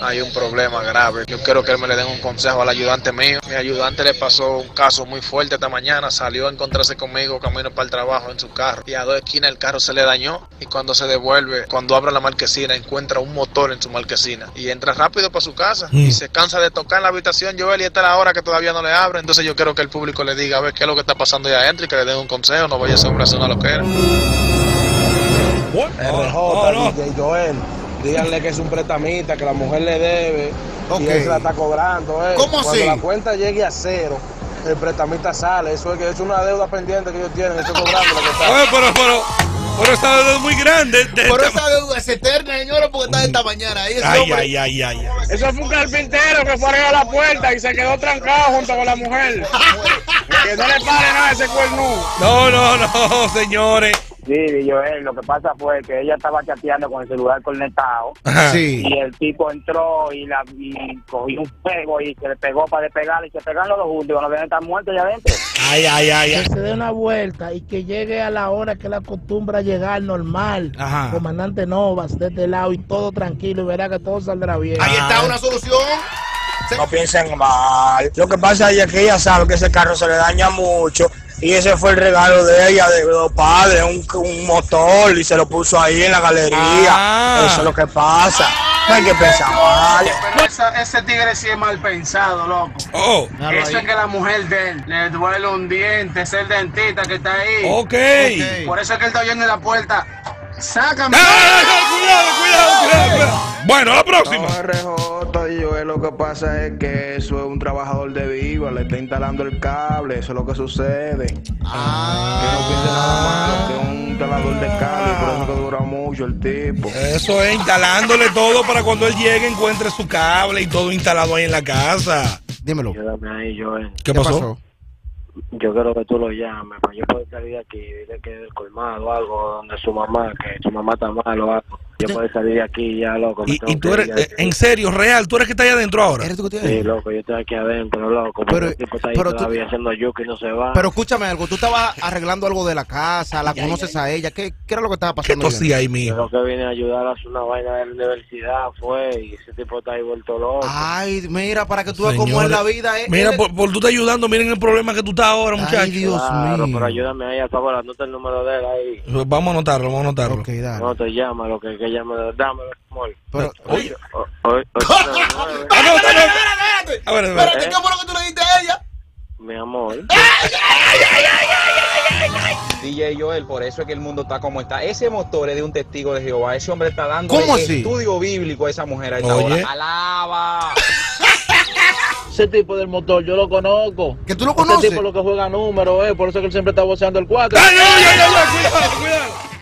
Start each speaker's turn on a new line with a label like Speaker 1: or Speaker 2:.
Speaker 1: hay un problema grave. Yo quiero que él me le den un consejo al ayudante mío. Mi ayudante le pasó un caso muy fuerte esta mañana. Salió a encontrarse conmigo camino para el trabajo en su carro. Y a dos esquinas el carro se le dañó. Y cuando se devuelve, cuando abre la marquesina, encuentra un motor en su marquesina. Y entra rápido para su casa.
Speaker 2: Mm.
Speaker 1: Y se cansa de tocar en la habitación, Joel, y esta es la hora que todavía no le abre. Entonces yo quiero que el público le diga, a ver, qué es lo que está pasando ahí adentro y que le den un consejo. No vaya a ser una zona loquera.
Speaker 3: RJ,
Speaker 2: Oh, no.
Speaker 3: DJ Joel. Díganle que es un prestamita, que la mujer le debe
Speaker 4: Ok.
Speaker 3: y él se la está cobrando. eh.
Speaker 4: ¿Cómo
Speaker 3: Cuando
Speaker 4: así?
Speaker 3: la cuenta llegue a cero, el prestamita sale. Eso es que es una deuda pendiente que ellos tienen, eso cobrando lo que está.
Speaker 2: Oye, pero, pero, pero esta deuda es muy grande. De-
Speaker 4: Pero
Speaker 2: de-
Speaker 4: esa deuda es eterna, señora, porque está de esta mañana. Ahí ese
Speaker 2: Este Ay,
Speaker 4: hombre-
Speaker 2: ay, ay, ay. ay.
Speaker 3: Eso fue un carpintero que fue a la puerta y se quedó trancado junto con la mujer. que no le pare nada ese cuerno.
Speaker 2: No, no, no, señores.
Speaker 5: Sí, Joel, lo que pasa fue que ella estaba chateando con el celular conectado
Speaker 2: Ajá.
Speaker 4: Sí.
Speaker 5: y el tipo entró y, la, y cogió un pego y se le pegó para despegarle y se pegaron los dos juntos y van a ver estar muertos allá adentro.
Speaker 2: Ay, ay, ay, ay.
Speaker 6: que se dé una vuelta y que llegue a la hora que la acostumbra llegar normal.
Speaker 2: Ajá.
Speaker 6: Comandante Novas, de este lado y todo tranquilo y verá que todo saldrá bien.
Speaker 4: Ahí
Speaker 2: Ah.
Speaker 4: está una solución.
Speaker 7: No piensen mal. Lo que pasa es que ella sabe que ese carro se le daña mucho y ese fue el regalo de ella, de los padres, un, un motor y se lo puso ahí en la galería.
Speaker 2: Ah.
Speaker 7: Eso es lo que pasa. No hay que pensar mal.
Speaker 3: Pero esa- ese tigre sí es mal pensado, loco.
Speaker 2: Oh,
Speaker 4: Claro,
Speaker 3: Eso
Speaker 4: ahí.
Speaker 3: es que la mujer de él le duele un diente, es el dentista que está ahí.
Speaker 2: ok.
Speaker 4: Ok.
Speaker 3: Por eso es que él está oyendo en la puerta. ¡Sácame!
Speaker 2: Ah, no, cuidado, cuidado, cuidado, cuidado. Bueno, la próxima.
Speaker 3: RJ y yo lo que pasa es que eso es un trabajador de viva, le está instalando el cable, eso es lo que sucede.
Speaker 4: Ah.
Speaker 3: un instalador de cable, por eso que dura mucho el tipo.
Speaker 2: Eso es, instalándole todo para cuando él llegue encuentre su cable y todo instalado ahí en la casa.
Speaker 4: Dímelo.
Speaker 5: Ayúdame ahí, Joel.
Speaker 2: ¿Qué, pasó?
Speaker 5: Yo quiero que tú lo llames, para yo poder salir de aquí, dile que del colmado o algo, donde su mamá, que su mamá está mal o algo. Yo puedo salir de aquí ya, loco. me
Speaker 2: Y,
Speaker 5: tengo
Speaker 2: y tú
Speaker 5: que
Speaker 2: eres,
Speaker 5: ir ya.
Speaker 2: eh, en serio, real, tú eres que estás ahí adentro ahora.
Speaker 4: ¿Eres tú que te
Speaker 5: Sí, loco, yo estoy aquí adentro, loco.
Speaker 4: Eh, Pero-
Speaker 5: Pero, el tipo está ahí
Speaker 4: pero tú-
Speaker 5: todavía haciendo yuca y no se va.
Speaker 4: Pero escúchame algo, tú estabas arreglando algo de la casa, la conoces a ella, ¿qué, qué era lo que estaba
Speaker 2: ¿Qué
Speaker 4: pasando?
Speaker 2: tosía ahí,
Speaker 5: Yo
Speaker 2: mijo?
Speaker 5: lo que vine a ayudar a hacer una vaina de la universidad fue, y ese tipo está ahí vuelto loco.
Speaker 4: Ay, mira, para que tú veas cómo es la
Speaker 2: Señores,
Speaker 4: vida. eh.
Speaker 2: Mira,
Speaker 4: Él-
Speaker 2: por, por tú estás ayudando, miren el problema que tú estás ahora,
Speaker 4: Ay,
Speaker 2: muchachos.
Speaker 4: Dios
Speaker 5: claro,
Speaker 4: mío.
Speaker 5: pero ayúdame ahí, a favor, anota el número de él ahí.
Speaker 2: Vamos a anotarlo, vamos a anotarlo.
Speaker 4: Ok, dale.
Speaker 5: No te llama, lo que, que llama, dámelo, amor.
Speaker 4: Pero,
Speaker 2: Oye,
Speaker 5: O- o-
Speaker 4: Espérate,
Speaker 5: 899,
Speaker 2: Anota,
Speaker 4: espérate,
Speaker 2: anota.
Speaker 4: espérate,
Speaker 2: A ver, a ver.
Speaker 4: espérate, ¿qué fue lo que tú le diste a ella?
Speaker 5: mi amor.
Speaker 8: DJ Joel, por eso es que el mundo está como está. Ese motor es de un testigo de Jehová. Ese hombre está dando
Speaker 4: ¿Cómo así?
Speaker 8: estudio bíblico a esa mujer a esta
Speaker 2: Oye.
Speaker 8: hora. ¡Alaba!
Speaker 6: Ese tipo del motor yo lo conozco.
Speaker 4: Que tú lo conoces.
Speaker 6: que juega número, por eso que él siempre está boceando el 4.
Speaker 2: ¡Ay, ay, ay, ay, ay! Cuidado, cuidado.